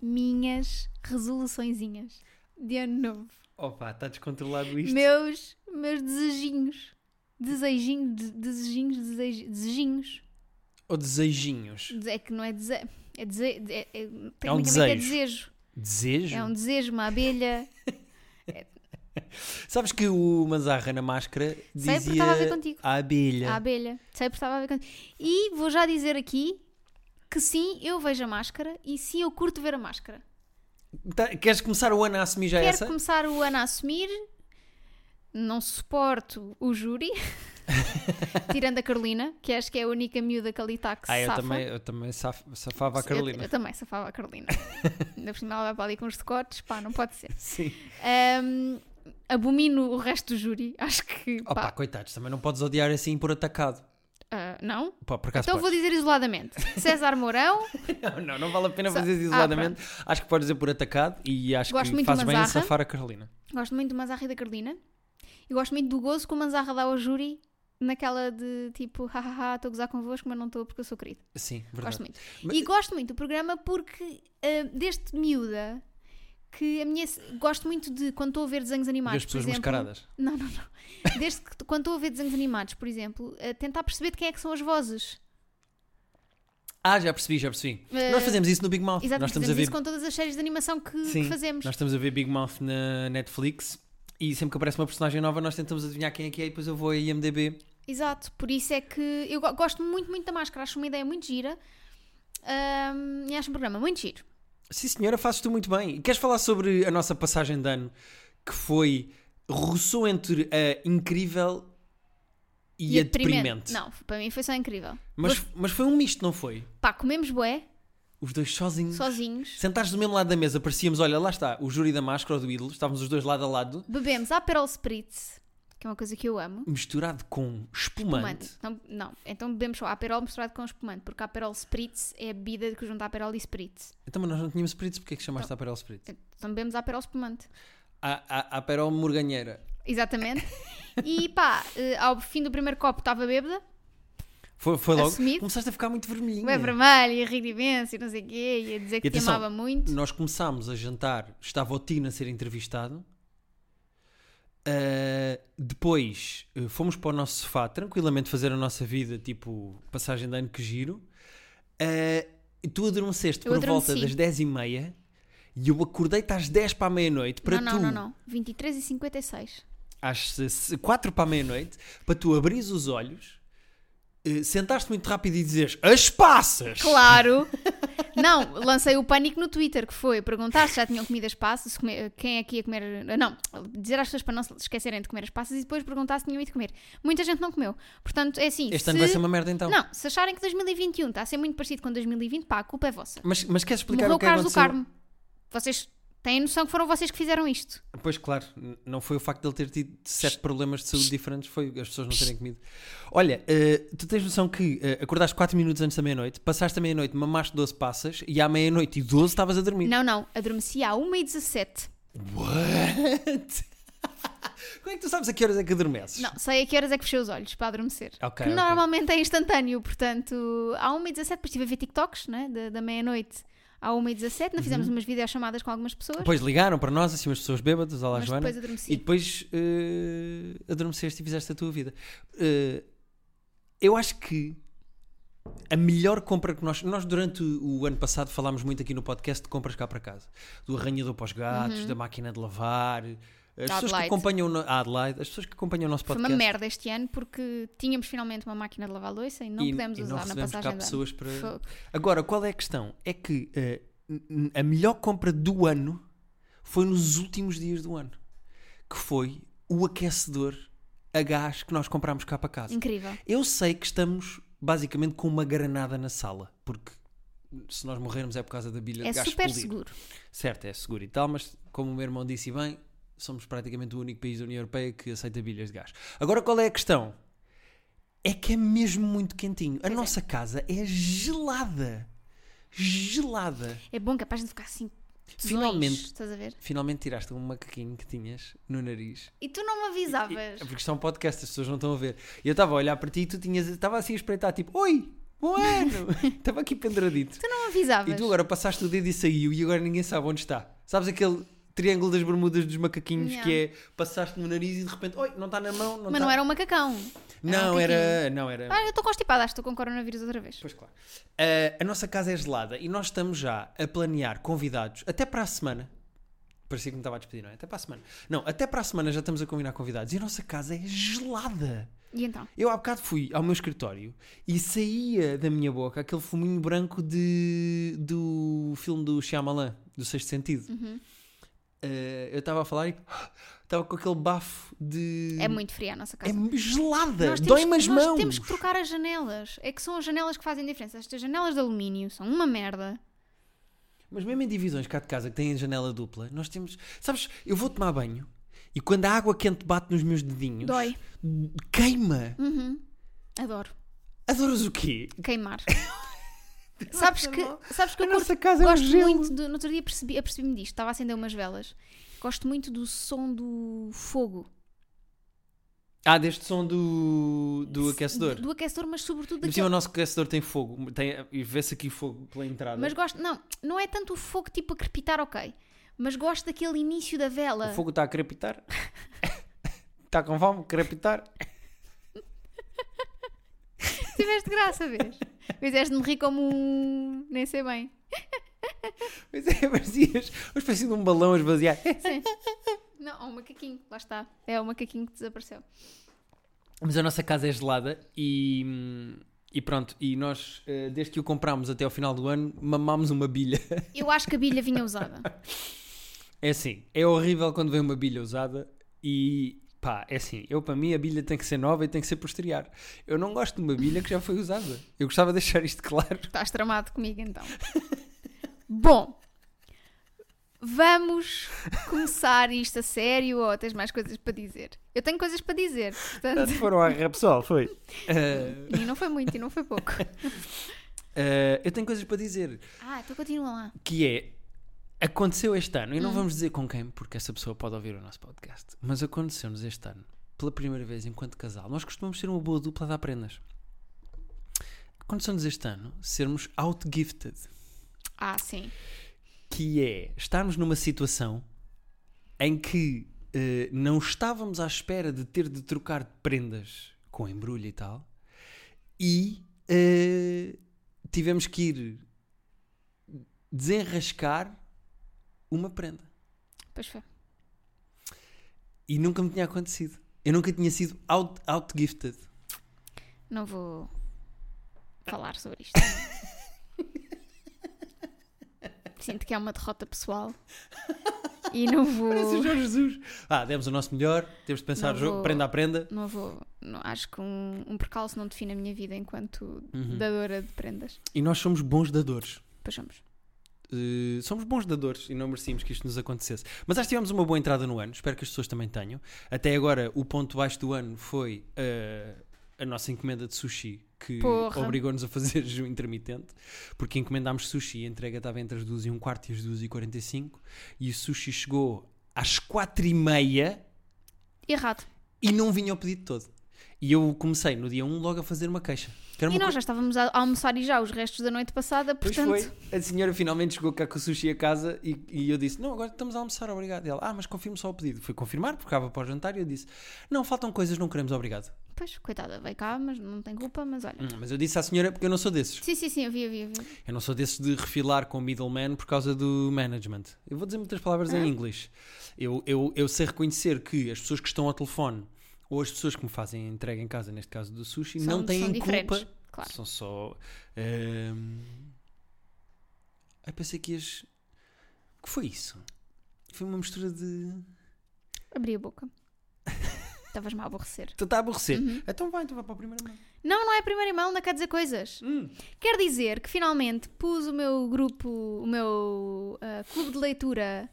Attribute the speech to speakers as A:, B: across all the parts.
A: minhas resoluçõezinhas de ano novo.
B: Opa, está descontrolado isto.
A: Meus, meus desejinhos. Desejinhos, de- desejinhos, desej- desejinhos.
B: Ou desejinhos?
A: Dese- É que não é desejo. É, dese... é, é, tecnicamente é
B: um desejo.
A: desejo.
B: Desejo?
A: É um desejo, uma abelha.
B: Sabes que o Manzarra na máscara
A: Sei, porque
B: dizia
A: estava a ver contigo.
B: a abelha.
A: A abelha. Sei porque estava a ver contigo. E vou já dizer aqui que sim, eu vejo a máscara e sim, eu curto ver a máscara.
B: Tá, queres começar o ano a assumir já
A: Quero
B: essa?
A: começar o ano a assumir. Não suporto o júri. Tirando a Carolina, que acho que é a única miúda que ali está que se
B: Ah, eu
A: safa.
B: também, eu também saf- safava a
A: Eu,
B: Carolina.
A: eu também safava a Carolina. Ainda por cima ela vai para ali com os decotes. Pá, não pode ser.
B: Sim.
A: Ahm, abomino o resto do júri. Acho que.
B: Opa,
A: Pá,
B: coitados, também não podes odiar assim por atacado.
A: ah, não?
B: Pá, por acaso
A: Então vou
B: podes.
A: dizer isoladamente: César Mourão,
B: Não, não, não vale a pena
A: Só-
B: fazer isso
A: Ah,
B: isoladamente. acho que podes dizer por atacado e acho
A: Gosto
B: que
A: muito
B: faz
A: do
B: bem a
A: Manzarra.
B: safar a Carolina.
A: gosto muito do Manzarra e da Carolina. E gosto muito do gozo que o Manzarra dá ao júri naquela de tipo, hahaha, estou a gozar convosco, mas não estou porque eu sou querido.
B: Sim, verdade.
A: Gosto muito.
B: Mas-
A: E gosto muito do programa porque, ah, deste miúda, que a minha. Gosto muito de quando estou a ver desenhos
B: Ver
A: animados.
B: as pessoas
A: por exemplo,
B: mascaradas.
A: Não, não, não. Desde que quando estou a ver desenhos animados, por exemplo, a tentar perceber de quem é que são as vozes.
B: Ah, já percebi, já percebi.
A: Eh,
B: Nós fazemos isso no Big Mouth.
A: Exato,
B: Oh, nós estamos
A: fazemos
B: a ver
A: isso com todas as séries de animação que, que
B: Sim,
A: fazemos.
B: Nós estamos a ver Big Mouth na Netflix e sempre que aparece uma personagem nova nós tentamos adivinhar quem é que é e depois eu vou a IMDB.
A: Exato, por isso é que eu go- gosto muito, muito da máscara, acho uma ideia muito gira. Ahm, e acho um programa muito giro.
B: Sim senhora, fazes tu muito bem. Queres falar sobre a nossa passagem de ano que foi, roçou entre a incrível e, a deprimente.
A: Não, para mim foi só incrível.
B: Mas, mas foi um misto, não foi?
A: Pá, comemos bué,
B: Os dois sozinhos.
A: sozinhos,
B: Sentares do mesmo lado da mesa, parecíamos, olha, lá está, o júri da máscara ou do ídolo, estávamos os dois lado a lado,
A: bebemos Aperol Spritz, que é uma coisa que eu amo.
B: misturado com espumante.
A: Espumante. Não, não, então bebemos só Aperol misturado com espumante, porque Aperol Spritz é a bebida que junta Aperol e Spritz.
B: Então, mas nós não tínhamos espíritos, porque é que chamaste a Aperol Spritz?
A: Então bebemos Aperol Espumante.
B: A, a, Aperol Morganheira.
A: Exatamente. E pá, eh, ao fim do primeiro copo estava bêbada,
B: Foi, foi logo.
A: Assumido.
B: Começaste a ficar muito vermelhinha.
A: bué vermelha, e a rir imenso e não sei o quê, e a dizer que te
B: atenção,
A: amava muito.
B: Nós começámos a jantar, estava o Tino a ser entrevistado. Ah, depois eh, fomos para o nosso sofá tranquilamente fazer a nossa vida, tipo passagem de ano que giro. Ah, e tu adormeceste
A: Eu
B: por volta
A: adormeci.
B: das 10h30 e eu acordei-te às 10 para a meia-noite para
A: não,
B: tu,
A: não, não, não. 23 e 56.
B: às 4 para a meia-noite, para tu abrires os olhos, eh, sentaste muito rápido e dizes As passas!
A: Claro! não, lancei o pânico no Twitter, que foi perguntar se já tinham comido as passas, se come- quem é que ia comer... Não, dizer às pessoas para não se esquecerem de comer as passas e depois perguntar se tinham ido comer. Muita gente não comeu. Portanto, é assim,
B: Este
A: se...
B: ano vai ser uma merda então.
A: Não, se acharem que 2021 está a ser muito parecido com 2020, pá, a culpa é vossa.
B: Mas, mas queres explicar
A: Morreu
B: o que
A: Carlos do
B: aconteceu?
A: Carmo. Vocês têm noção que foram vocês que fizeram isto.
B: Pois claro, n- não foi o facto de ele ter tido sete problemas de saúde diferentes, foi as pessoas não terem comido. Olha, eh, tu tens noção que eh, acordaste 4 minutos antes da meia-noite, passaste a meia-noite, mamaste 12 passas e à meia-noite e 12 estavas a dormir.
A: Não, não, adormeci à 1h17.
B: What? Como é que tu sabes a que horas é que adormeces?
A: Não, sei a que horas é que fechei os olhos para adormecer.
B: Ok,
A: que
B: ok.
A: normalmente é instantâneo, portanto, à 1h17, depois estive a ver TikToks, né? da, da meia-noite à 1h17, ainda fizemos
B: Uhum.
A: umas videochamadas com algumas pessoas,
B: Depois ligaram para nós, assim, umas pessoas bêbadas, olá
A: mas
B: Joana.
A: depois adormeci.
B: E depois eh, adormeceste e fizeste a tua vida. Eh, eu acho que a melhor compra que nós. Nós, durante o, o ano passado, falámos muito aqui no podcast de compras cá para casa. Do arranhador para os
A: Uhum.
B: gatos, da máquina de lavar. eh, As pessoas que
A: Adelaide.
B: acompanham o no- a Adelaide, as pessoas que acompanham o nosso
A: Foi
B: podcast.
A: uma merda este ano porque tínhamos finalmente uma máquina de lavar louça e não
B: e,
A: pudemos
B: e não
A: usar na
B: recebemos cá
A: passagem de ano.
B: pessoas para.
A: Fogo.
B: Agora, qual é a questão? É que eh, n- n- a melhor compra do ano foi nos últimos dias do ano, que foi o aquecedor a gás que nós comprámos cá para casa.
A: Incrível.
B: Eu sei que estamos basicamente com uma granada na sala, porque se nós morrermos é por causa da bilha
A: É
B: de gás
A: super
B: explodir.
A: seguro.
B: Certo, é seguro e tal, mas como o meu irmão disse bem, somos praticamente o único país da União Europeia que aceita bilhas de gás. Agora qual é a questão? É que é mesmo muito quentinho. A nossa casa é gelada. Gelada.
A: É bom capaz de ficar assim. tesões,
B: Finalmente.
A: Estás a ver?
B: Finalmente tiraste um macaquinho que tinhas no nariz.
A: E tu não me
B: E-
A: avisavas.
B: é Porque isto é um podcast, as pessoas não estão a ver. E Eu estava a olhar para ti e tu tinhas. Estava assim a espreitar, tipo, oi! Bom ano! Estava aqui pendradito.
A: Tu não avisavas.
B: E tu agora passaste o dedo e saiu e agora ninguém sabe onde está. Sabes aquele triângulo das bermudas dos macaquinhos
A: Não.
B: que é passaste no nariz e de repente, oi, não está na mão, não
A: Mas não
B: está.
A: era um macacão.
B: Não,
A: um
B: era. Não, era.
A: Ah, eu estou constipada, acho que estou com coronavírus outra vez.
B: Pois claro. Ah, a nossa casa é gelada e nós estamos já a planear convidados até para a semana. Parecia que me estava a despedir, não é? Até para a semana. Não, até para a semana já estamos a combinar convidados e a nossa casa é gelada.
A: E então?
B: Eu há bocado fui ao meu escritório e saía da minha boca aquele fuminho branco de, do filme do Shyamalan, do Sexto Sentido.
A: Uhum.
B: Eh, eu estava a falar e estava com aquele bafo de.
A: É muito fria a nossa casa.
B: É gelada!
A: Nós temos
B: Dói-me
A: que-
B: as
A: nós
B: mãos!
A: temos que trocar as janelas. É que são as janelas que fazem diferença. Estas janelas de alumínio são uma merda.
B: Mas mesmo em divisões cá de casa que têm janela dupla, nós temos. Sabes, eu vou tomar banho e quando a água quente bate nos meus dedinhos.
A: Dói.
B: Queima!
A: Uhum. Adoro.
B: Adoras o quê?
A: Queimar. sabes
B: Tá
A: que, sabes que
B: A
A: eu curto,
B: nossa casa é um
A: gosto
B: gelo.
A: muito. do- no outro dia percebi, apercebi-me disto. Estava a acender umas velas. Gosto muito do som do fogo.
B: Ah, deste som do, do aquecedor.
A: Do, do aquecedor, mas sobretudo
B: Por cima,
A: daquele.
B: o nosso aquecedor tem fogo. Tem, e vê-se aqui fogo pela entrada.
A: Mas gosto. Não, não é tanto o fogo tipo a crepitar, ok. Mas gosto daquele início da vela.
B: O fogo está a crepitar. Está com fome? Crepitar?
A: Tiveste graça, vês? Fizeste-me rir como um. Nem sei bem.
B: Mas é, parecias uma espécie de um balão a esvaziar.
A: Sim. Não, é um macaquinho, lá está. É o macaquinho que desapareceu.
B: Mas a nossa casa é gelada e. hum, E pronto, e nós, eh, desde que o comprámos até ao final do ano, mamámos uma bilha.
A: Eu acho que a bilha vinha usada.
B: É assim, é horrível quando vem uma bilha usada e. Pá, é assim, eu para mim a bilha tem que ser nova e tem que ser posterior. Eu não gosto de uma bilha que já foi usada. Eu gostava de deixar isto claro.
A: Estás tramado comigo então. Bom, vamos começar isto a sério ou tens mais coisas para dizer? Eu tenho coisas para dizer. Portanto,
B: Foram à Repsol, foi. Eh,
A: e não foi muito e não foi pouco.
B: Eh, eu tenho coisas para dizer.
A: Ah, então continua lá.
B: que é aconteceu este ano, e não vamos dizer com quem, porque essa pessoa pode ouvir o nosso podcast, mas aconteceu-nos este ano, pela primeira vez enquanto casal, nós costumamos ser uma boa dupla de prendas. Aconteceu-nos este ano sermos outgifted,
A: Ah, sim.
B: que é estarmos numa situação em que eh, não estávamos à espera de ter de trocar de prendas com embrulho e tal, e eh, tivemos que ir desenrascar uma prenda.
A: Pois foi.
B: E nunca me tinha acontecido. Eu nunca tinha sido out, outgifted.
A: Não vou falar sobre isto. Sinto que é uma derrota pessoal. E não
B: Parece um o
A: vou.
B: Jorge Jesus. Ah, demos o nosso melhor, temos de pensar
A: Não
B: jogo,
A: vou-
B: prenda a prenda.
A: Não vou. não- acho que um, um percalço não define a minha vida enquanto
B: Uhum.
A: dadora de prendas.
B: E nós somos bons dadores.
A: Pois somos.
B: Uh, somos bons dadores e não merecíamos que isto nos acontecesse. Mas acho que tivemos uma boa entrada no ano, espero que as pessoas também tenham. Até agora, o ponto baixo do ano foi uh, a nossa encomenda de sushi, que
A: Porra.
B: obrigou-nos a fazer jejum intermitente, porque encomendámos sushi e a entrega estava entre as 2 e um quarto e as 2 e 45 e o sushi chegou às 4 e meia
A: Errado.
B: e não vinha o pedido todo. E eu comecei no dia 1 logo a fazer uma queixa. Que
A: E
B: era uma
A: nós
B: coi-
A: já estávamos a a almoçar e já os restos da noite passada,
B: Pois
A: portanto.
B: foi. A senhora finalmente chegou cá com o sushi a casa e, e eu disse: Não, agora estamos a almoçar, obrigado. E ela: Ah, mas confirmo só o pedido. Foi confirmar, porque estava para o jantar e eu disse: Não, faltam coisas, não queremos, obrigado.
A: Pois, coitada, veio cá, mas não tem culpa, mas olha.
B: Hum, Mas eu disse à senhora, porque eu não sou desses.
A: Sim, sim, sim, eu vi, eu vi, eu vi.
B: Eu não sou desses de refilar com o middleman por causa do management. Eu vou dizer muitas palavras
A: Ah.
B: em inglês. Eu, eu, eu sei reconhecer que as pessoas que estão ao telefone ou as pessoas que me fazem a entrega em casa, neste caso do sushi,
A: São-
B: não têm
A: são
B: culpa.
A: diferentes, claro.
B: São só. ehm, Ai, pensei que ias. O que foi isso? Foi uma mistura de.
A: Abri a boca. Estavas-me a aborrecer.
B: Está a aborrecer.
A: Uhum.
B: Então vai, então vai para a primeira mão.
A: Não, não é a primeira mão, não quer dizer coisas.
B: Hum.
A: Quer dizer que finalmente pus o meu grupo, o meu ah, clube de leitura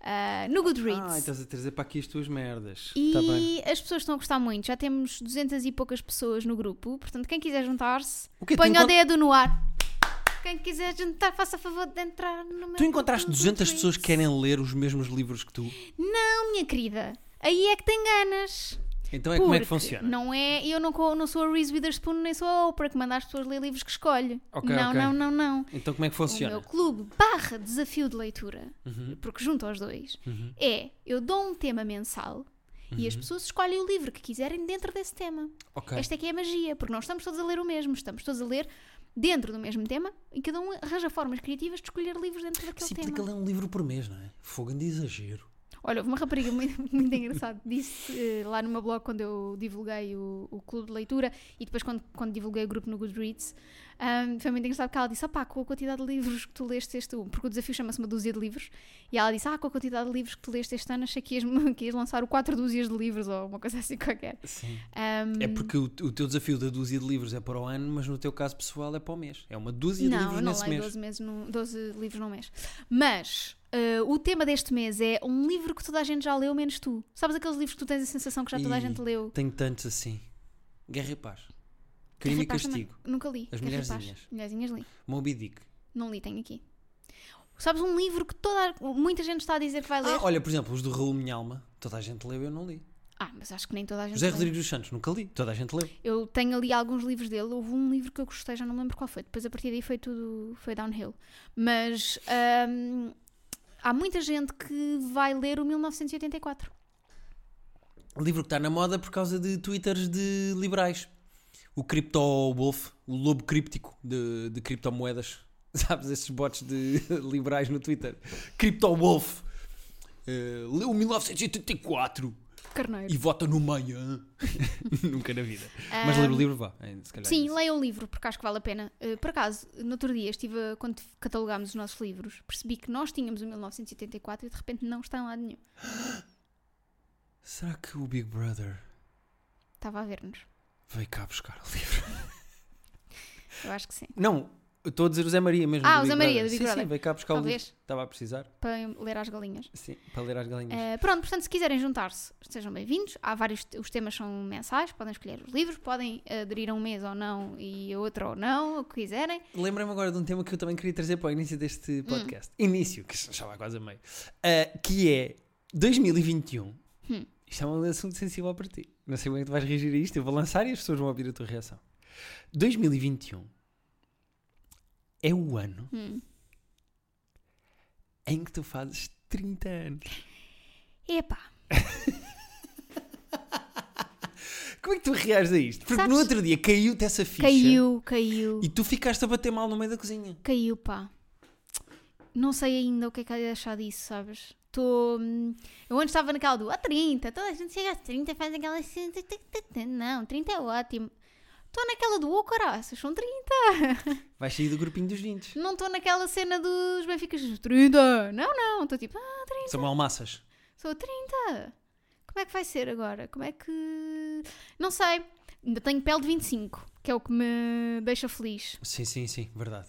A: ah, no Goodreads.
B: Ai, estás a trazer para aqui as tuas merdas.
A: E
B: Está Tá bem.
A: as pessoas estão a gostar muito. Já temos 200 e poucas pessoas no grupo. Portanto, quem quiser juntar-se,
B: O quê? Tu
A: ponha o
B: encont-
A: dedo no ar. Quem quiser juntar, faça favor de entrar no meu.
B: Tu encontraste
A: grupo do
B: 200 pessoas que é-
A: Goodreads.
B: querem ler os mesmos livros que tu?
A: Não, minha querida. Aí é que tem ganas.
B: Então é como é que
A: Porque
B: funciona?
A: Não é, eu não, co- não sou a Reese Witherspoon nem sou a Oprah que manda as pessoas ler livros que escolhe.
B: Ok,
A: não,
B: ok.
A: não, não, não.
B: Então como é que
A: O
B: funciona? Uhum.
A: meu clube barra desafio de leitura, porque junto aos dois, é eu dou um tema mensal e
B: Uhum.
A: as pessoas escolhem o livro que quiserem dentro desse tema.
B: Ok.
A: Esta é que é a magia, porque não estamos todos a ler o mesmo, estamos todos a ler dentro do mesmo tema e cada um arranja formas criativas de escolher livros dentro daquele
B: Sim,
A: tema.
B: porque ele é um livro por mês, não é? Fogo de exagero.
A: Olha, houve uma rapariga muito, muito engraçada disse eh, lá no meu blog quando eu divulguei o, o clube de leitura e depois quando, quando divulguei o grupo no Goodreads ahm, foi muito engraçado que ela disse opá, com a quantidade de livros que tu leste este ano porque o desafio chama-se uma dúzia de livros e ela disse, ah, com a quantidade de livros que tu leste este ano achei que ias, que ias lançar o quatro dúzias de livros ou uma coisa assim qualquer
B: Sim.
A: Ahm,
B: É porque o, o teu desafio da dúzia de livros é para o ano, mas no teu caso pessoal é para o mês. É uma dúzia de
A: não,
B: livros
A: eu não
B: nesse
A: leio
B: mês.
A: 12, meses num- 12 livros num mês mas eh, o tema deste mês é um livro que toda a gente já leu menos tu sabes aqueles livros que tu tens a sensação que já toda a
B: Ih,
A: gente leu
B: Tenho tantos assim. Guerra e Paz. Crime e
A: Rapaz também.
B: Castigo.
A: Nunca li.
B: As
A: Quer
B: Mulherzinhas.
A: rapaz? Mulherzinhas li.
B: Moby Dick.
A: Não li, tenho aqui. Sabes um livro que toda a- muita gente está a dizer que vai ler?
B: Ah, olha, por exemplo, os do Raul Minha Alma. Toda a gente leu, eu não li.
A: Ah, mas acho que nem toda a gente
B: José
A: lê.
B: Rodrigues dos Santos, nunca li. Toda a gente leu.
A: Eu tenho ali alguns livros dele. Houve um livro que eu gostei, já não me lembro qual foi. Depois a partir daí foi tudo foi downhill. Mas hum, há muita gente que vai ler o 1984.
B: Livro que está na moda por causa de twitters de liberais. O Crypto Wolf, o lobo críptico de, de criptomoedas. Sabes, esses bots de liberais no Twitter. Crypto Wolf. eh, leu 1984
A: Carneiro.
B: e vota no meio. Nunca na vida. Mas ler o livro vá. eh, se calhar é
A: Sim,
B: isso.
A: leia o livro, porque acho que vale a pena. Eh, por acaso, no outro dia, estive a- quando catalogámos os nossos livros, percebi que nós tínhamos o 1984 e de repente não está em lado nenhum.
B: Será que o Big Brother
A: Estava a ver-nos.
B: veio cá buscar o livro?
A: Eu acho que sim.
B: Não, eu estou a dizer o Zé Maria mesmo.
A: Ah,
B: do
A: o Zé
B: Big
A: Maria,
B: Brother.
A: do Big
B: sim,
A: Brother.
B: Sim, veio cá buscar o livro.
A: Talvez.
B: Estava a precisar.
A: Para ler às galinhas.
B: Sim, para ler às galinhas.
A: Eh, pronto, portanto, se quiserem juntar-se, sejam bem-vindos. Há vários. Os temas são mensais, podem escolher os livros, podem aderir a um mês ou não e a outro ou não, o que quiserem.
B: Lembrei-me agora de um tema que eu também queria trazer para o início
A: Hum.
B: deste podcast. Início, que já vai quase a meio. Ah, que é 2021.
A: Hum.
B: Isto é um assunto sensível para ti. Não sei como é que tu vais reagir a isto. Eu vou lançar e as pessoas vão ouvir a tua reação. 2021 é o ano
A: Hum.
B: em que tu fazes 30 anos.
A: Epá,
B: Como é que tu reages a isto? Porque
A: Sabes-
B: no outro dia caiu-te essa ficha.
A: caiu, caiu,
B: E tu ficaste a bater mal no meio da cozinha.
A: caiu, pá. Não sei ainda o que é que há de achar disso, sabes? Tô, hum, eu antes estava naquela do a 30, toda a gente chega a 30 faz aquela. assim, tic, tic, tic, tic. Não, 30 é ótimo. Estou naquela do ô caraças, são 30.
B: Vais sair do grupinho dos 20.
A: Não estou naquela cena dos Benficas 30. Não, não. Estou tipo, ah, 30.
B: São almaças.
A: Sou 30. Como é que vai ser agora? Como é que. Não sei. Ainda tenho pele de 25, que é o que me deixa feliz.
B: Sim, sim, sim. Verdade.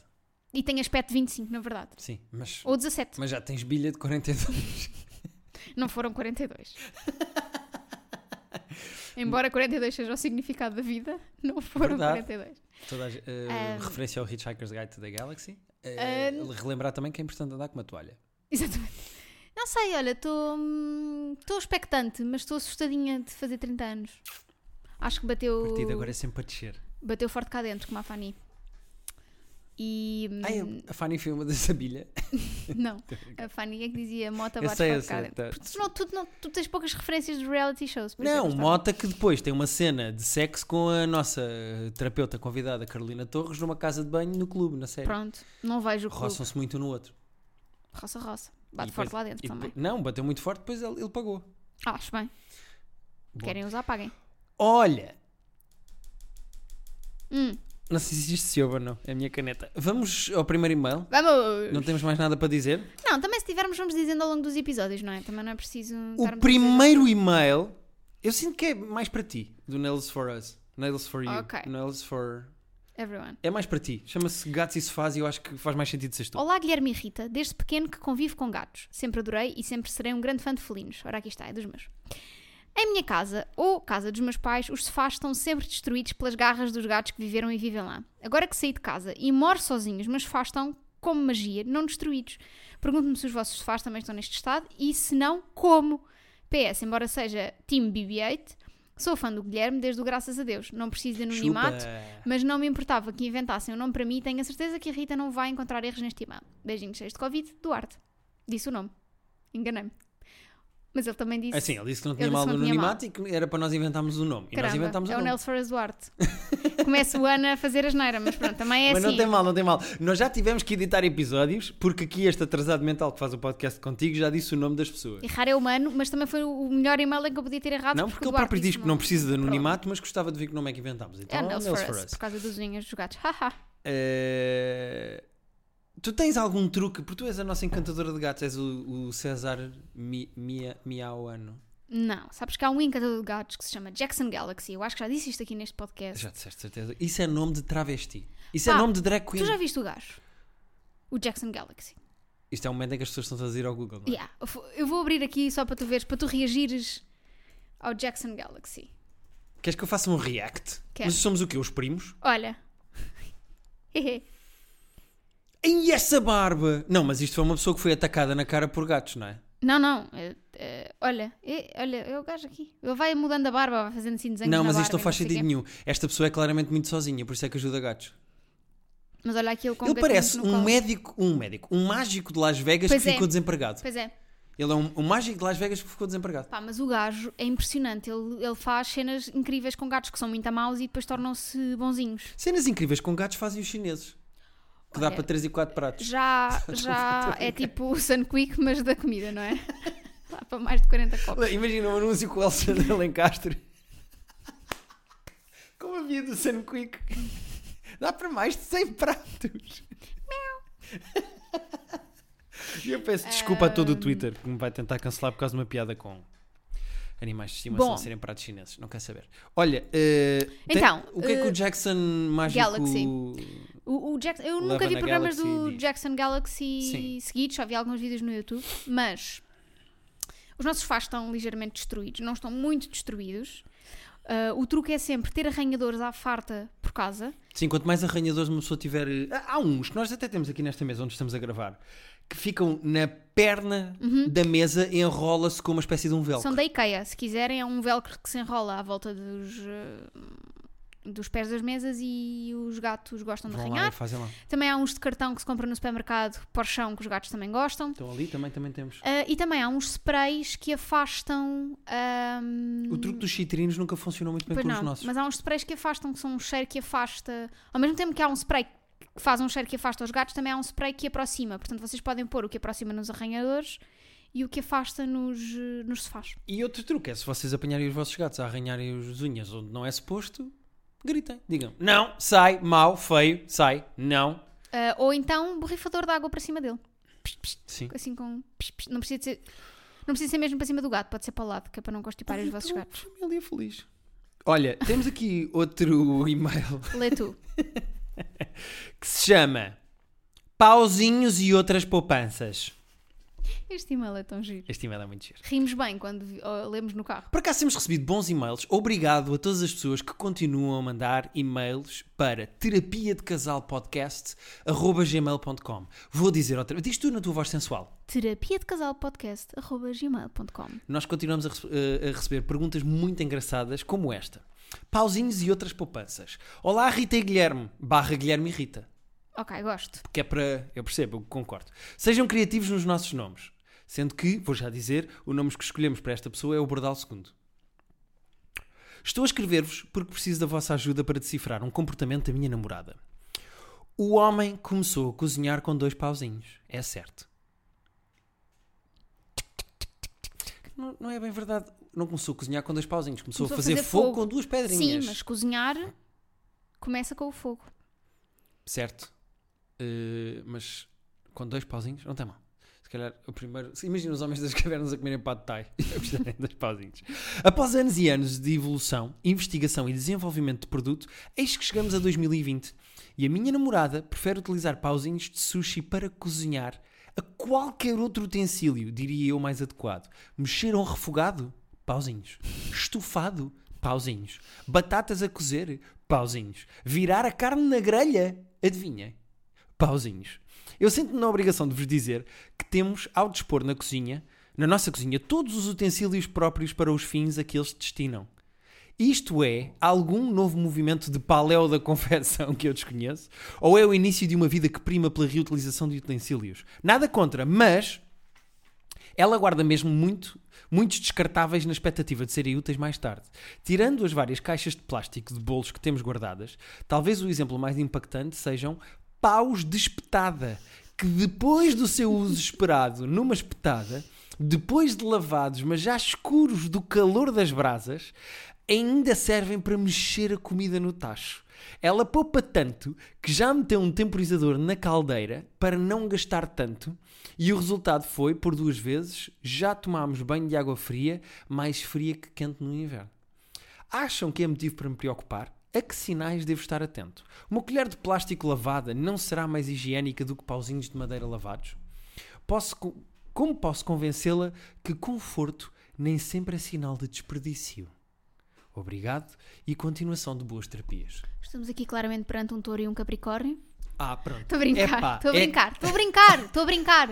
A: E tenho aspecto de 25, na verdade.
B: Sim. Mas
A: Ou 17.
B: Mas já tens bilha de 42.
A: Não foram 42. Embora 42 seja o significado da vida, não foram
B: Verdade.
A: 42.
B: Toda a ge- eh, Referência ao Hitchhiker's Guide to the Galaxy. Eh,
A: Ahn.
B: relembrar também que é importante andar com uma toalha.
A: Exatamente. Não sei, olha, estou expectante, mas estou assustadinha de fazer 30 anos. Acho que
B: A
A: bateu.
B: partida agora é sempre a descer.
A: bateu forte cá dentro, como a Fanny. E. hum,
B: Ai, Ah, é um, a- a Fanny foi uma dessa bilha.
A: não, a Fanny é que dizia Mota
B: Eu
A: bate
B: sei, eu
A: forte cá
B: sei,
A: dentro.
B: tá.
A: Porque tu, não, tu, não- tu tens poucas referências de reality shows. por isso é que
B: Não,
A: eu estava-
B: Mota que depois tem uma cena de sexo com a nossa eh, terapeuta convidada Carolina Torres numa casa de banho no clube, na série.
A: Pronto, não vejo o clube.
B: Roçam-se muito um no outro.
A: Roça, roça. Bate
B: E
A: forte
B: depois-
A: lá dentro
B: e
A: também.
B: depois- não, bateu muito forte, depois ele, ele pagou.
A: Ah, acho bem.
B: Bom.
A: Querem usar, paguem.
B: Olha,
A: Hum,
B: não sei se isto se ouve ou não, é a minha caneta. Vamos ao primeiro e-mail.
A: vamos!
B: Não
A: Não,
B: temos mais nada para dizer.
A: também se tivermos, vamos dizendo ao longo dos episódios, não é? Também não é preciso.
B: O
A: estarmos a
B: primeiro e-mail, eu sinto que é mais para ti, do Nails for Us. Nails for You.
A: Ok.
B: Nails for.
A: dizer Everyone.
B: É mais para ti. Chama-se Gatos e Sofás e eu acho que faz mais sentido seres tu.
A: Olá, Guilherme e Rita. Desde pequeno que convivo com gatos. Sempre adorei e sempre serei um grande fã de felinos. Ora, aqui está, é dos meus. Em minha casa, ou casa dos meus pais, os sofás estão sempre destruídos pelas garras dos gatos que viveram e vivem lá. Agora que saí de casa e moro sozinhos, mas sofás estão, como magia, não destruídos. Pergunto-me se os vossos sofás também estão neste estado e, se não, como? PS, embora seja Team BB-8, Sou fã do Guilherme desde o Graças a Deus. Não preciso de anonimato,
B: Chupa. É
A: mas não me importava que inventassem um nome para mim e tenho a certeza que a Rita não vai encontrar erros neste e-mail. Beijinhos cheios de Covid, Duarte. Disse o nome. Enganei-me. Mas ele também disse.
B: Assim, ele disse que não tinha
A: Ele disse
B: mal
A: que
B: do
A: não tinha
B: anonimato e que era para nós inventarmos o nome. e nós
A: Caramba,
B: inventámos o
A: é o
B: nome.
A: Nelson Ferraz Duarte. Começa o ano a fazer asneira, mas pronto, também é
B: Mas
A: assim.
B: não tem mal, não tem mal. Nós já tivemos que editar episódios, porque aqui este atrasado mental que faz o podcast contigo já disse o nome das pessoas.
A: Errar é humano, mas também foi o melhor e-mail em que eu podia ter errado.
B: Não,
A: o
B: porque ele
A: Duarte
B: próprio diz
A: disse
B: que não precisa de anonimato, mas gostava de ver que nome é que inventámos. Então,
A: É o Nails for,
B: for
A: Us,
B: us.
A: por causa dos unhas dos gatos. Haha.
B: Eh, Tu tens algum truque? Porque tu és a nossa encantadora de gatos, és o, o César Mi, Mia, Miauano.
A: Não, sabes que há um encantador de gatos que se chama Jackson Galaxy. Eu acho que já disse isto aqui neste podcast.
B: Já disseste certeza. Isso é nome de travesti. Isso é
A: Pá,
B: nome de drag
A: Ah, Tu
B: queen.
A: já viste o gajo? O Jackson Galaxy.
B: Isto é o momento em que as pessoas estão a fazer ao Google. não é?
A: Yeah. Eu vou- Eu vou abrir aqui só para tu veres, para tu reagires ao Jackson Galaxy.
B: Queres que eu faça um react?
A: Quero.
B: Mas somos o quê? Os primos?
A: Olha.
B: Em essa barba! Não, mas isto foi uma pessoa que foi atacada na cara por gatos, não é?
A: Não, não. eh, eh, olha, eh, olha, é o gajo aqui. Ele vai mudando a barba, vai fazendo assim desenhos
B: não,
A: na
B: mas isto
A: barba
B: não
A: e
B: faz
A: sei
B: sentido
A: quê.
B: nenhum. Esta pessoa é claramente muito sozinha, por isso é que ajuda gatos.
A: Mas olha aqui ele com um
B: Ele
A: gatinho
B: parece
A: no
B: um
A: colo.
B: médico, um médico, um mágico de Las Vegas
A: Pois
B: que
A: é.
B: ficou desempregado.
A: Pois é.
B: Ele é um, um mágico de Las Vegas que ficou desempregado.
A: Pá, mas o gajo é impressionante. Ele, ele faz cenas incríveis com gatos que são muito maus e depois tornam-se bonzinhos.
B: Cenas incríveis com gatos fazem os chineses. Que dá
A: Olha,
B: para 3 e 4 pratos.
A: Já, já é tipo o Sun Quick, mas da comida, não é? Dá para mais de 40 copos.
B: Imagina um anúncio com o Alexandre Alencastre. Como havia do Sun Quick. Dá para mais de 100 pratos. E eu peço desculpa a todo o Twitter que me vai tentar cancelar por causa de uma piada com animais de estimação
A: Bom.
B: a serem pratos chineses. Não quer saber. Olha, eh, tem-
A: Então,
B: o que é
A: eh,
B: que o Jackson mágico...
A: Galaxy. O, o Jackson, eu
B: Leva
A: nunca vi
B: na
A: programas
B: Galaxy
A: do
B: diz.
A: Jackson Galaxy
B: Sim.
A: seguidos, só vi alguns vídeos no YouTube, mas os nossos fãs estão ligeiramente destruídos, não estão muito destruídos. Ah, o truque é sempre ter arranhadores à farta por casa.
B: Sim, quanto mais arranhadores uma pessoa tiver. eh, Há- Há uns que nós até temos aqui nesta mesa onde estamos a gravar que ficam na perna da mesa e enrola-se com uma espécie de um velcro.
A: Uhum. São da IKEA, se quiserem, é um velcro que se enrola à volta dos, ah, dos pés das mesas e os gatos gostam de
B: Vão lá e
A: um arranhar.
B: fazem lá.
A: Também há uns de cartão que se compra no supermercado, porchão, que os gatos também gostam.
B: Então ali também, também temos.
A: Ah, e também há uns sprays que afastam. ah, ahm,
B: O truque dos citrinos nunca funcionou muito bem
A: Pois
B: com
A: não,
B: os nossos.
A: mas há uns sprays que afastam, que são um cheiro que afasta. Ao mesmo tempo que há um spray que faz um cheiro que afasta os gatos, também há um spray que aproxima. Portanto, vocês podem pôr o que aproxima nos arranhadores e o que afasta nos, eh, nos sofás.
B: E outro truque é se vocês apanharem os vossos gatos a arranharem as unhas onde não é suposto, gritem. Digam: Não, sai, mau, feio, sai, não.
A: Ah, ou então um borrifador de água para cima dele.
B: Sim.
A: Assim com. psh, psh. Não precisa de ser. Não precisa ser mesmo para cima do gato, pode ser para o lado, que é para não constipar os vossos
B: Então,
A: gatos.
B: Família feliz. Olha, temos aqui outro e-mail.
A: Lê tu.
B: que se chama Pauzinhos e outras poupanças.
A: Este e-mail é tão giro.
B: Este e-mail é muito giro.
A: Rimos bem quando vi- ó, lemos no carro.
B: Por acaso temos recebido bons e-mails. Obrigado a todas as pessoas que continuam a mandar e-mails para terapia de casal podcast gmail.com. Vou dizer outra vez. Diz tu na tua voz sensual.
A: Terapia de casal podcast, arroba gmail.com.
B: Nós continuamos a, rece- eh, a receber perguntas muito engraçadas como esta. Pauzinhos e outras poupanças. Olá Rita e Guilherme, barra Guilherme e Rita.
A: Ok, gosto.
B: que é para. Eu percebo, eu concordo. Sejam criativos nos nossos nomes. Sendo que, vou já dizer, o nome que escolhemos para esta pessoa é o Bordal II. Estou a escrever-vos porque preciso da vossa ajuda para decifrar um comportamento da minha namorada. O homem começou a cozinhar com dois pauzinhos. É certo. Não, não é bem verdade. Não começou a cozinhar com dois pauzinhos. Começou, a fazer, fogo, com duas pedrinhas.
A: Sim, mas cozinhar começa com o fogo.
B: Certo. Eh, mas com dois pauzinhos, não tem mal. Se calhar o primeiro. se- Imagina os homens das cavernas a comerem pad thai. A gostarem dos pauzinhos. Após anos e anos de evolução, investigação e desenvolvimento de produto, eis que chegamos a 2020. E a minha namorada prefere utilizar pauzinhos de sushi para cozinhar a qualquer outro utensílio, diria eu, mais adequado. Mexer um refogado? Pauzinhos. Estufado? Pauzinhos. Batatas a cozer? Pauzinhos. Virar a carne na grelha? Adivinhem? Pauzinhos. Eu sinto-me na obrigação de vos dizer que temos, ao dispor na cozinha, na nossa cozinha, todos os utensílios próprios para os fins a que eles destinam. Isto é algum novo movimento de paleo da confecção que eu desconheço? Ou é o início de uma vida que prima pela reutilização de utensílios? Nada contra, mas ela guarda mesmo muito, muitos descartáveis na expectativa de serem úteis mais tarde. Tirando as várias caixas de plástico de bolos que temos guardadas, talvez o exemplo mais impactante sejam paus de espetada, que depois do seu uso esperado numa espetada, depois de lavados, mas já escuros do calor das brasas, ainda servem para mexer a comida no tacho. Ela poupa tanto que já meteu um temporizador na caldeira para não gastar tanto, e o resultado foi, por duas vezes, já tomámos banho de água fria, mais fria que quente no inverno. Acham que é motivo para me preocupar? A que sinais devo estar atento? Uma colher de plástico lavada não será mais higiênica do que pauzinhos de madeira lavados? Posso, co- como posso convencê-la que conforto nem sempre é sinal de desperdício? Obrigado e continuação de boas terapias.
A: Estamos aqui claramente perante um touro e um capricórnio.
B: Ah, pronto.
A: Estou a brincar,
B: Epá,
A: estou a
B: é-
A: brincar, estou a brincar, estou a brincar.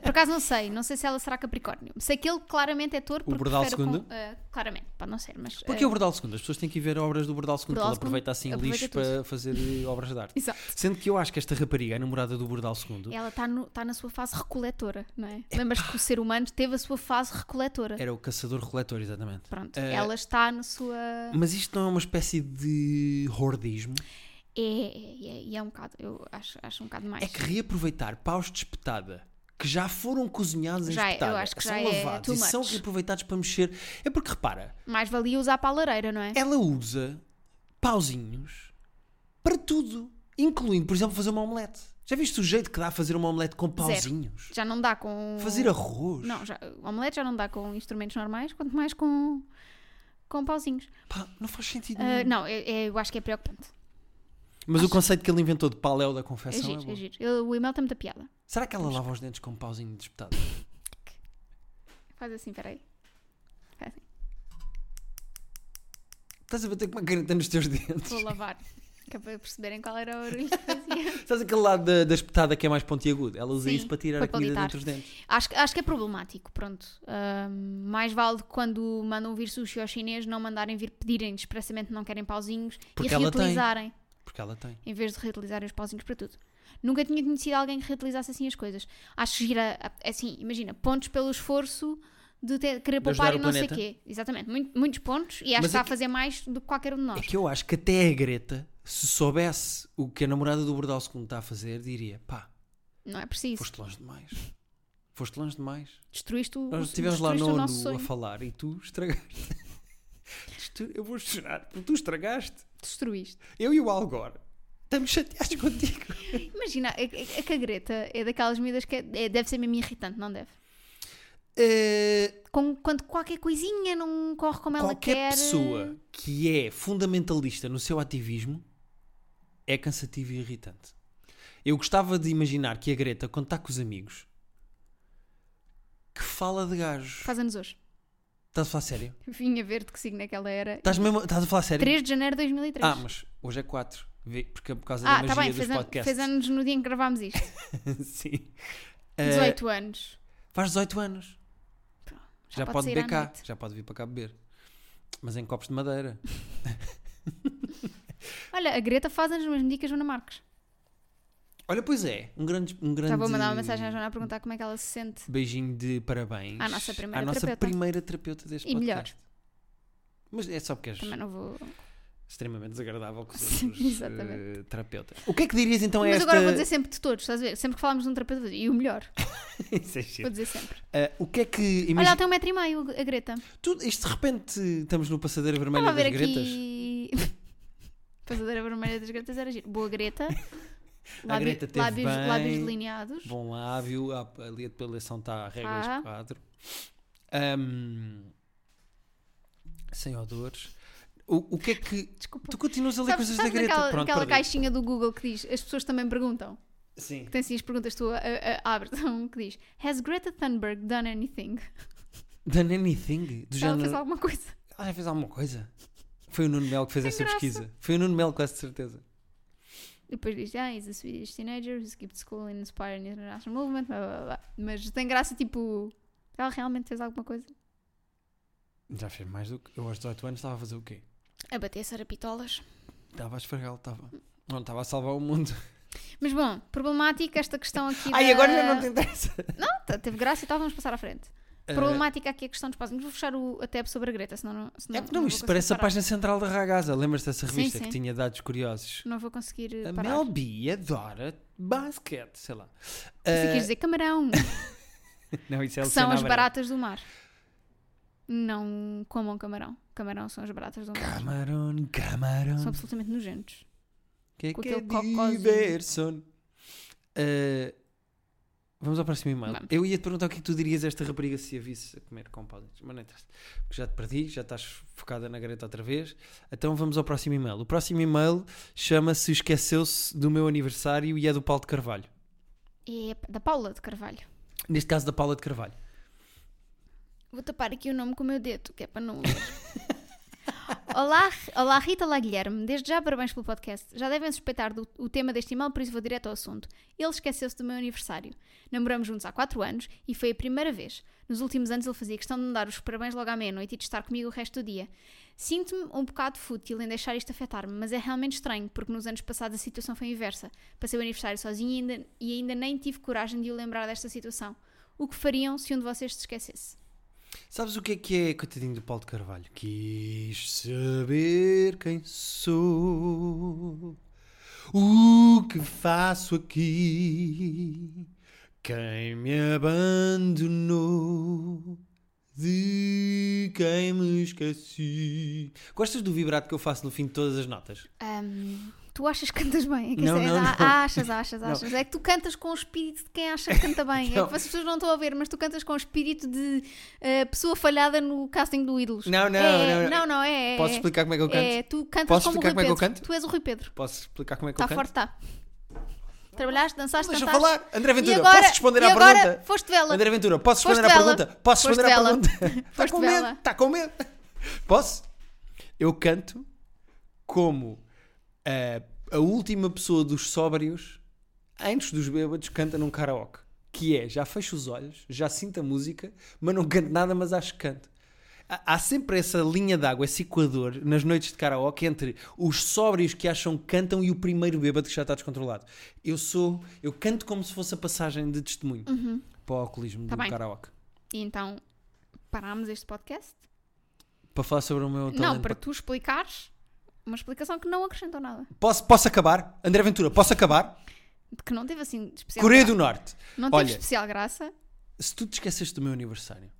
A: Por acaso não sei, não sei se ela será capricórnio. Sei que ele claramente é touro. porque
B: Bordal
A: prefere com-
B: segundo?
A: ah, claramente, pode não ser, mas...
B: Porque é
A: ah,
B: o Bordal II, as pessoas têm que ir ver obras do Bordal II, que ele
A: Bordal
B: aproveita
A: II,
B: assim
A: aproveita
B: lixo
A: tudo.
B: para fazer eh, obras de arte.
A: Exato.
B: Sendo que eu acho que esta rapariga é namorada do Bordal II,
A: Ela está tá na sua fase recoletora, não é? Lembras-te que o ser humano teve a sua fase recoletora.
B: era o caçador-coletor, exatamente.
A: Pronto,
B: Eh,
A: ela está na sua...
B: Mas isto não é uma espécie de hordismo?
A: É, é, é, e é um bocado, eu acho, acho um bocado mais.
B: É que reaproveitar paus de espetada que já foram cozinhados em
A: Já é, eu
B: espetada,
A: acho que
B: que
A: já
B: são
A: é
B: lavados
A: too
B: e
A: much.
B: são reaproveitados para mexer. É porque, repara,
A: Mais valia usar para a lareira, não é?
B: ela usa pauzinhos para tudo, incluindo, por exemplo, fazer uma omelete. Já viste o jeito que dá a fazer uma omelete com pauzinhos?
A: Já não dá com.
B: Fazer arroz?
A: Não, já, o omelete já não dá com instrumentos normais, quanto mais com. com pauzinhos.
B: Pá, não faz sentido
A: Ah,
B: nenhum.
A: não, é- é- eu acho que é preocupante.
B: Mas o conceito que ele inventou de paleo da
A: É
B: confecção é,
A: giro,
B: bom.
A: é giro. Eu- o e-mail tem muita piada.
B: Será que ela lava os dentes com um pauzinho de espetado?
A: Faz assim, peraí. Faz assim.
B: Estás a bater com uma caneta nos teus
A: Vou
B: dentes?
A: lavar. Que é para perceberem qual era o barulho que fazia.
B: Estás aquele lado da, da espetada que é mais pontiagudo? Ela usa
A: Sim,
B: isso para tirar
A: para
B: a comida
A: palitar.
B: dentro dos dentes.
A: acho, que- acho que é problemático, pronto. Ah, mais vale quando mandam vir sushi ao chinês não mandarem vir pedirem expressamente não querem pauzinhos
B: Porque
A: e
B: ela tem.
A: reutilizarem.
B: Porque ela tem.
A: em vez de reutilizarem os pauzinhos para tudo. Nunca tinha conhecido alguém que reutilizasse assim as coisas. Acho que gira, assim, imagina, pontos pelo esforço de ter- querer
B: ajudar
A: poupar e
B: o
A: não sei
B: planeta.
A: quê. Exatamente, muito- muitos pontos e acho
B: Mas
A: que está
B: é
A: a fazer mais do que qualquer um de
B: É
A: nós.
B: que eu acho que até a Greta, se soubesse o que a namorada do Bordal II está a fazer, diria: pá,
A: Não é preciso.
B: foste longe demais. Foste longe demais.
A: Destruíste o,
B: Nós
A: o-
B: estivemos lá
A: destruíste o
B: nono
A: nosso
B: a
A: sonho.
B: falar e tu estragaste. Isto- eu vou chorar, porque tu estragaste.
A: Destruíste.
B: Eu e o Algor estamos chateados contigo.
A: Imagina, a, a, a cagreta é daquelas medidas que é- é- deve ser mesmo irritante, não deve?
B: Eh,
A: Com- quando qualquer coisinha não corre como ela
B: qualquer
A: quer. eh,
B: pessoa que é fundamentalista no seu ativismo é cansativo e irritante. Eu gostava de imaginar que a Greta, quando está com os amigos, que fala de gajos.
A: Faz-nos hoje.
B: Estás a falar sério?
A: Vim a ver de que signo é que ela era.
B: Estás, mesmo, estás a falar sério?
A: 3 de janeiro de 2003.
B: Ah, mas hoje é 4. Porque é por causa
A: Ah,
B: da
A: tá bem,
B: magia dos
A: fez, an-
B: podcasts.
A: fez anos no dia em que gravámos isto.
B: Sim. Eh,
A: 18 anos.
B: Faz 18 anos. Já, pode,
A: sair
B: beber
A: à
B: cá.
A: noite.
B: Já pode vir para cá beber. Mas em copos de madeira.
A: Olha, a Greta faz anos no mesmo dia que a Joana Marques.
B: Olha, pois é. Um grande, um grande
A: Já vou mandar uma mensagem à Joana a perguntar como é que ela se sente.
B: beijinho de parabéns.
A: À nossa primeira
B: à nossa
A: terapeuta.
B: primeira terapeuta deste
A: E melhor.
B: podcast. Mas é só porque és
A: Também não vou.
B: Então extremamente desagradável com os
A: Sim,
B: outros
A: exatamente.
B: eh, terapeutas. O que é que dirias então a
A: Mas
B: esta...
A: agora vou dizer sempre de todos, estás a ver? Sempre que falamos de um terapeuta, vou dizer, e o melhor,
B: Isso é
A: vou
B: giro.
A: dizer sempre.
B: Eh, o que é que...
A: Olha, ela
B: Imagina...
A: tem um metro e meio, a Greta.
B: Tudo, isto de repente estamos no passadeira vermelha
A: Estava a
B: das
A: ver
B: gretas.
A: aqui. Passadeira vermelha das Gretas era giro. Boa Greta.
B: A Greta teve
A: lábios,
B: bem.
A: lábios delineados.
B: Bom lábio, a, ali a depilação está tá, a regras
A: Ah.
B: 4. Ahm, sem odores. O, o que é que.
A: Desculpa.
B: Tu continuas a ler
A: Sabes,
B: coisas
A: sabes
B: da Greta?
A: aquela,
B: Pronto,
A: aquela
B: perdi.
A: caixinha do Google que diz as pessoas também perguntam?
B: Sim.
A: que tem assim as perguntas tu a- a- abres um que diz Has Greta Thunberg done anything?
B: Done anything? Do
A: Ela
B: género.
A: fez alguma coisa.
B: Ah, já fez alguma coisa? Foi o Nuno Melo que fez
A: Tem
B: essa
A: graça.
B: pesquisa. Foi o Nuno Melo, quase de certeza.
A: E depois diz, ah, he's a Swedish teenager who skipped school and inspired an international movement, blá, blá, blá. Mas tem graça, tipo, ela realmente fez alguma coisa?
B: Já fez mais do que. Eu aos 18 anos estava a fazer o quê?
A: a bater sarapitolas.
B: Estava a esfregá-lo, estava. Não, estava a salvar o mundo.
A: Mas bom, problemática esta questão aqui.
B: Ai,
A: da-
B: agora já não te interessa.
A: Não, t- teve graça e tal, vamos passar à frente.
B: Eh,
A: Problemática aqui a questão dos passos. Vou fechar o a tab sobre a Greta, senão não. Senão,
B: é que não,
A: vou
B: isto
A: conseguir
B: parece a
A: parar.
B: página central da Ragazza. Lembras-te dessa
A: Sim,
B: revista
A: sim.
B: que tinha dados curiosos?
A: Não vou conseguir eh,
B: A
A: parar.
B: Mel B adora basquete, sei lá.
A: Você
B: Ah,
A: quis dizer camarão,
B: não, isso é
A: que são
B: Luciana
A: as
B: Abreu.
A: baratas do mar. Não comam camarão. Camarão são as baratas do mar.
B: Camarão, camarão.
A: São absolutamente nojentos.
B: Que
A: Com
B: que é
A: aquele cocózinho.
B: diverson. Ah, vamos ao próximo e-mail.
A: Vamos.
B: Eu ia te perguntar o que é que tu dirias a esta rapariga se a visse a comer compósitos, mas não interessa. Porque já te perdi, já estás focada na Greta outra vez. Então vamos ao próximo e-mail. O próximo e-mail chama-se Esqueceu-se do meu aniversário e é do Paulo de Carvalho.
A: É da Paula de Carvalho.
B: Neste caso da Paula de Carvalho.
A: Vou tapar aqui o nome com o meu dedo, que é para não ler. Olá, R- olá Rita, olá Guilherme. Desde já, parabéns pelo podcast. Já devem suspeitar do o tema deste e-mail, por isso vou direto ao assunto. Ele esqueceu-se do meu aniversário. Namoramos juntos há 4 anos e foi a primeira vez. Nos últimos anos ele fazia questão de me dar os parabéns logo à meia-noite e de estar comigo o resto do dia. Sinto-me um bocado fútil em deixar isto afetar-me, mas é realmente estranho, porque nos anos passados a situação foi inversa. Passei o aniversário sozinha e ainda, e ainda nem tive coragem de o lembrar desta situação. O que fariam se um de vocês se esquecesse?
B: Sabes o que é que é, coitadinho do Paulo de Carvalho? Quis saber quem sou, o que faço aqui, quem me abandonou, de quem me esqueci. Gostas do vibrato que eu faço no fim de todas as notas?
A: Ahm, tu achas que cantas bem? É que
B: Não,
A: isso é-
B: não,
A: ah,
B: não.
A: Achas, achas, achas. É que tu cantas com o espírito de quem acha que canta bem. É
B: Não.
A: que as pessoas não estão a ver, mas tu cantas com o espírito de ah, pessoa falhada no casting do Ídolos.
B: Não, não,
A: é,
B: não, não.
A: não. não, é. é,
B: Posso explicar como é que eu canto?
A: É, tu cantas
B: Posso
A: como o
B: explicar
A: Rui
B: como é que eu
A: Pedro.
B: canto?
A: Tu és o Rui Pedro.
B: Posso explicar como é que
A: Está
B: eu canto?
A: Tá forte, está. Trabalhaste, dançaste,
B: Deixa eu
A: cantaste.
B: falar. André Ventura,
A: E agora,
B: posso responder
A: e
B: à
A: agora
B: pergunta?
A: foste vela.
B: André Ventura, posso responder
A: Foste
B: à
A: vela.
B: pergunta? Posso
A: Foste
B: responder à
A: vela.
B: pergunta? Está
A: Foste
B: com
A: vela.
B: medo? Está com medo? Posso? Eu canto como eh, a última pessoa dos sóbrios, antes dos bêbados, canta num karaoke. Que é, já fecho os olhos, já sinto a música, mas não canto nada, mas acho que canto. Há- Há sempre essa linha d'água, esse equador nas noites de karaoke entre os sóbrios que acham que cantam e o primeiro bêbado que já está descontrolado. Eu sou, eu canto como se fosse a passagem de testemunho para o alcoolismo
A: Tá
B: do
A: bem.
B: karaoke.
A: E então parámos este podcast.
B: Para falar sobre o meu talento.
A: não, para tu explicares uma explicação que não acrescentou nada.
B: posso, posso acabar? André Ventura, posso acabar?
A: De Que não teve assim de especial.
B: Coreia do Norte.
A: Não
B: Olha.
A: teve especial graça.
B: Se tu te esqueceste do meu aniversário,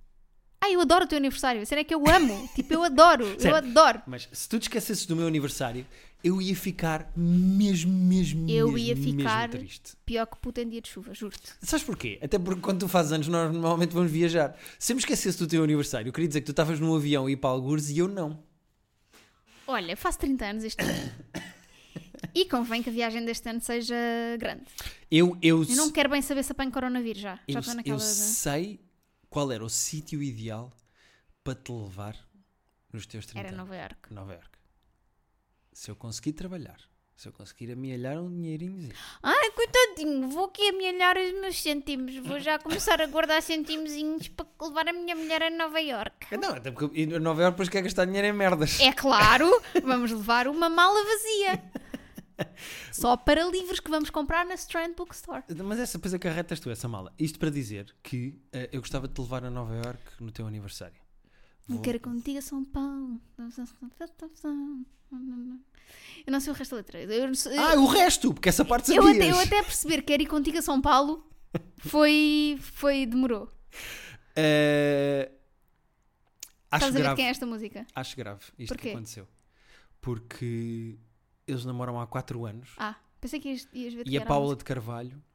A: Ah, eu adoro o teu aniversário. A cena é que eu amo. tipo, eu adoro. Eu
B: Sério.
A: adoro.
B: mas se tu te esquecesses do meu aniversário, eu ia ficar mesmo, mesmo,
A: Eu
B: mesmo,
A: ia
B: mesmo
A: ficar-
B: triste.
A: Pior que puta em dia de chuva, juro-te.
B: Sabes porquê? Até porque quando tu fazes anos, nós normalmente vamos viajar. Se eu me esquecesse do teu aniversário, eu queria dizer que tu estavas num avião e ir para algures e eu não.
A: Olha, eu faço 30 anos este ano. E convém que a viagem deste ano seja grande.
B: Eu, eu,
A: Eu não quero bem saber se apanho coronavírus já. Já
B: eu,
A: estou
B: eu
A: naquela.
B: sei qual era o sítio ideal para te levar nos teus 30
A: Era
B: anos.
A: Nova Iorque.
B: Nova Iorque. Se eu conseguir trabalhar, se eu conseguir amealhar um dinheirinho.
A: Ai, coitadinho, vou aqui amelhar os meus centimos. Vou já começar a guardar centimozinhos para levar a minha mulher a Nova Iorque.
B: Não, Então, até porque em Nova Iorque depois quer gastar dinheiro em merdas.
A: É claro, vamos levar uma mala vazia. Só para livros que vamos comprar na Strand Bookstore.
B: Mas essa depois acarretas tu, essa mala. Isto para dizer que eh, eu gostava de te levar a Nova Iorque no teu aniversário.
A: Não
B: Vou-
A: quero contigo São Paulo. Eu não sei o resto da letra. Eu, não sei-
B: Ah, o resto! Porque essa parte
A: eu
B: sabias.
A: até, eu até perceber que era ir contigo a São Paulo um foi. foi demorou.
B: Eh,
A: Estás
B: acho
A: a ver de
B: grave.
A: quem é esta música?
B: Acho grave isto
A: Porquê?
B: que aconteceu. Porque eles namoram há 4 anos
A: Ah, pensei que ias, ias ver de
B: e
A: quem
B: a
A: era
B: Paula de Carvalho.
A: música.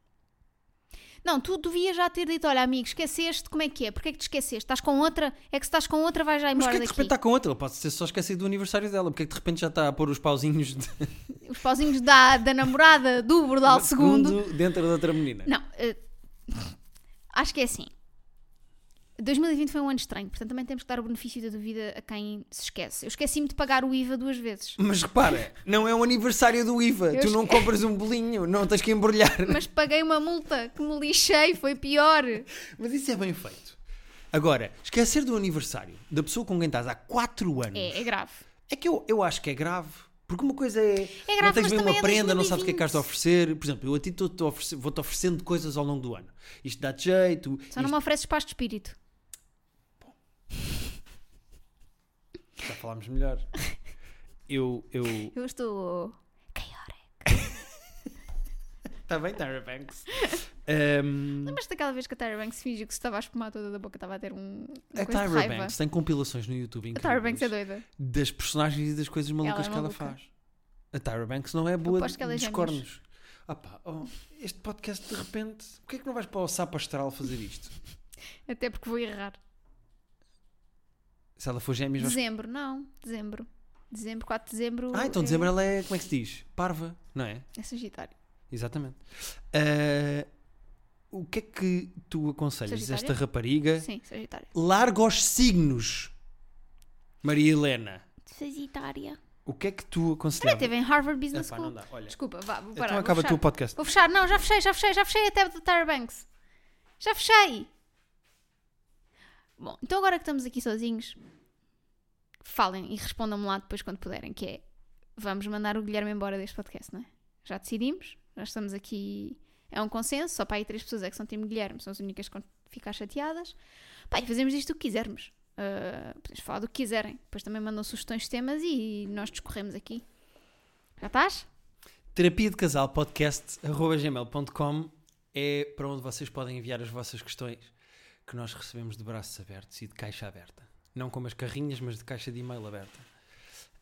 A: Não, tu devias já ter dito: olha, amigo, esqueceste, como é que é? Porquê é que te esqueceste? Estás com outra? É que se estás com outra, vais já
B: Mas
A: embora
B: que é que de
A: daqui.
B: repente está com outra? Ele pode ser só esquecido do aniversário dela. Porque é que de repente já está a pôr os pauzinhos de.
A: Os pauzinhos da, da namorada do Bordal II.
B: dentro da outra menina.
A: Não, eh, acho que é assim. 2020 foi um ano estranho, portanto também temos que dar o benefício da dúvida a quem se esquece. Eu esqueci-me de pagar o IVA duas vezes,
B: Mas repara, não é um aniversário do IVA.
A: Eu
B: tu não compras um bolinho, não tens que embrulhar.
A: mas paguei uma multa que me lixei, foi pior.
B: Mas isso é bem feito. Agora, esquecer do aniversário da pessoa com quem estás há 4 anos
A: É, é grave.
B: É que eu, eu acho que é grave. Porque uma coisa é. não
A: grave,
B: tens
A: mas
B: bem
A: também
B: uma
A: é
B: prenda, não sabes o que é que
A: 2020.
B: has de oferecer. Por exemplo, eu a ti tô- tô oferece- vou-te oferecendo coisas ao longo do ano. Isto dá-te jeito.
A: Só não
B: isto-
A: me ofereces paz de espírito.
B: Já falámos melhor. Eu. eu...
A: Eu estou. Chaotic.
B: Está Tá bem, Tyra Banks. Ahm,
A: Lembras-te daquela vez que a Tyra Banks fingiu que se estava a espumar toda da boca, estava a ter um. uma coisa
B: a
A: de
B: Tyra
A: raiva?
B: Banks tem compilações no YouTube
A: A Tyra Banks é
B: incríveis
A: doida.
B: das personagens e das coisas malucas
A: é
B: que ela
A: maluca.
B: faz. A Tyra Banks não é boa
A: Aposto que ela é
B: dos
A: gêmeos.
B: cornos. Ah pá, oh, este podcast de repente, porquê é que não vais para o sapo astral fazer isto?
A: Até porque vou errar.
B: Se ela for gêmeos, vais...
A: Dezembro, não. Dezembro. Dezembro, 4 de dezembro.
B: Ah, então
A: é-
B: dezembro ela é, como é que se diz? Parva, não é?
A: É Sagitário.
B: Exatamente. Ah, o que é que tu aconselhas
A: Sagitária?
B: esta rapariga?
A: Sim, Sagitário.
B: Larga os signos, Maria Helena.
A: Sagitária.
B: O que é que tu
A: Olha,
B: aconselhava?
A: teve em Harvard Business
B: Epá,
A: School.
B: não dá, olha.
A: Desculpa, vá, vou parar.
B: Então
A: vou
B: acaba tu
A: fechar.
B: o podcast.
A: Vou fechar, não, já fechei, já fechei, já fechei até do Tyra Banks. Já fechei! Bom, então agora que estamos aqui sozinhos, falem e respondam-me lá depois quando puderem, que é vamos mandar o Guilherme embora deste podcast, não é? Já decidimos, já estamos aqui, é um consenso, só para aí três pessoas é que são time Guilherme, são as únicas que vão ficar chateadas. Pá, e fazemos isto o que quisermos. Ah, podemos falar do que quiserem. Depois também mandam sugestões de temas e nós discorremos aqui. Já estás?
B: Terapia de Casal Podcast arroba gmail.com é para onde vocês podem enviar as vossas questões que nós recebemos de braços abertos e de caixa aberta. Não como as carrinhas, mas de caixa de e-mail aberta.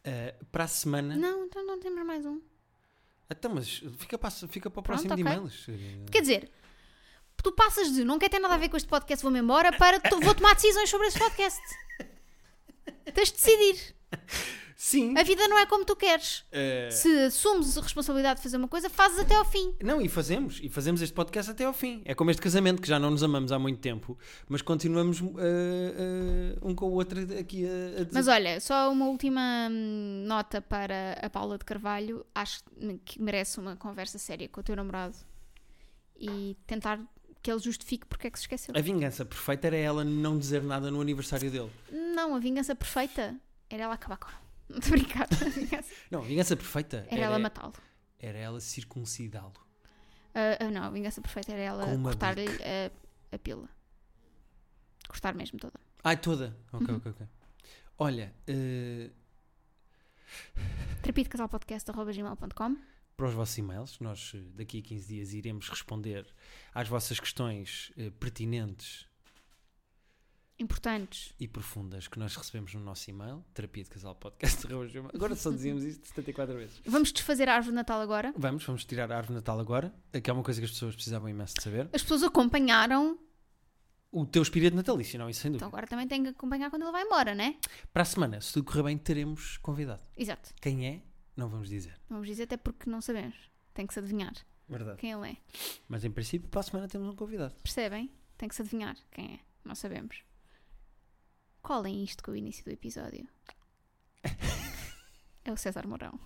B: Ah, para a semana.
A: Não, então não temos mais um.
B: Até, mas fica para, a- fica para o próximo
A: Pronto,
B: de
A: ok.
B: e-mails.
A: Quer dizer, tu passas de não quer ter nada a ver com este podcast, vou-me embora, para to- vou tomar decisões sobre este podcast. Tens de decidir.
B: Sim.
A: A vida não é como tu queres.
B: Ah,
A: Se assumes a responsabilidade de fazer uma coisa, fazes até ao fim.
B: Não, e fazemos, e fazemos este podcast até ao fim. É como este casamento, que já não nos amamos há muito tempo, mas continuamos ah, ah, um com o outro aqui a, a dizer.
A: Mas olha, só uma última hum, nota para a Paula de Carvalho. Acho que merece uma conversa séria com o teu namorado e tentar que ele justifique porque é que se esqueceu.
B: A vingança perfeita era ela não dizer nada no aniversário dele.
A: Não, a vingança perfeita era ela acabar com ele. Muito obrigada.
B: Não, a vingança perfeita
A: Era ela matá-lo.
B: era ela circuncidá-lo.
A: Ah, ah, não, a vingança perfeita era ela
B: Com uma
A: cortar-lhe a, a pila. Cortar mesmo toda.
B: Ai, toda. Ok,
A: Uhum.
B: ok, ok. Olha, eh,
A: Terapia de casal podcast, arroba gmail.com.
B: para os vossos e-mails, nós eh, daqui a 15 dias iremos responder às vossas questões eh, pertinentes
A: Importantes.
B: e profundas que nós recebemos no nosso e-mail, terapia de casal podcast. Agora só dizíamos isto 74 vezes.
A: Vamos desfazer a árvore de Natal agora.
B: Vamos, vamos tirar a árvore de Natal agora, eh, que é uma coisa que as pessoas precisavam imenso de saber.
A: As pessoas acompanharam,
B: O teu espírito natalício, não, isso sem
A: então
B: dúvida.
A: agora também têm que acompanhar quando ele vai embora, né?
B: Para a semana, se tudo correr bem, teremos convidado.
A: Exato.
B: Quem é, não vamos dizer.
A: Não Vamos dizer até porque não sabemos. Tem que se adivinhar
B: Verdade.
A: quem ele é.
B: Mas em princípio, para a semana temos um convidado.
A: Percebem? Tem que se adivinhar quem é. Não sabemos. Colhem isto com o início do episódio. É o César Mourão.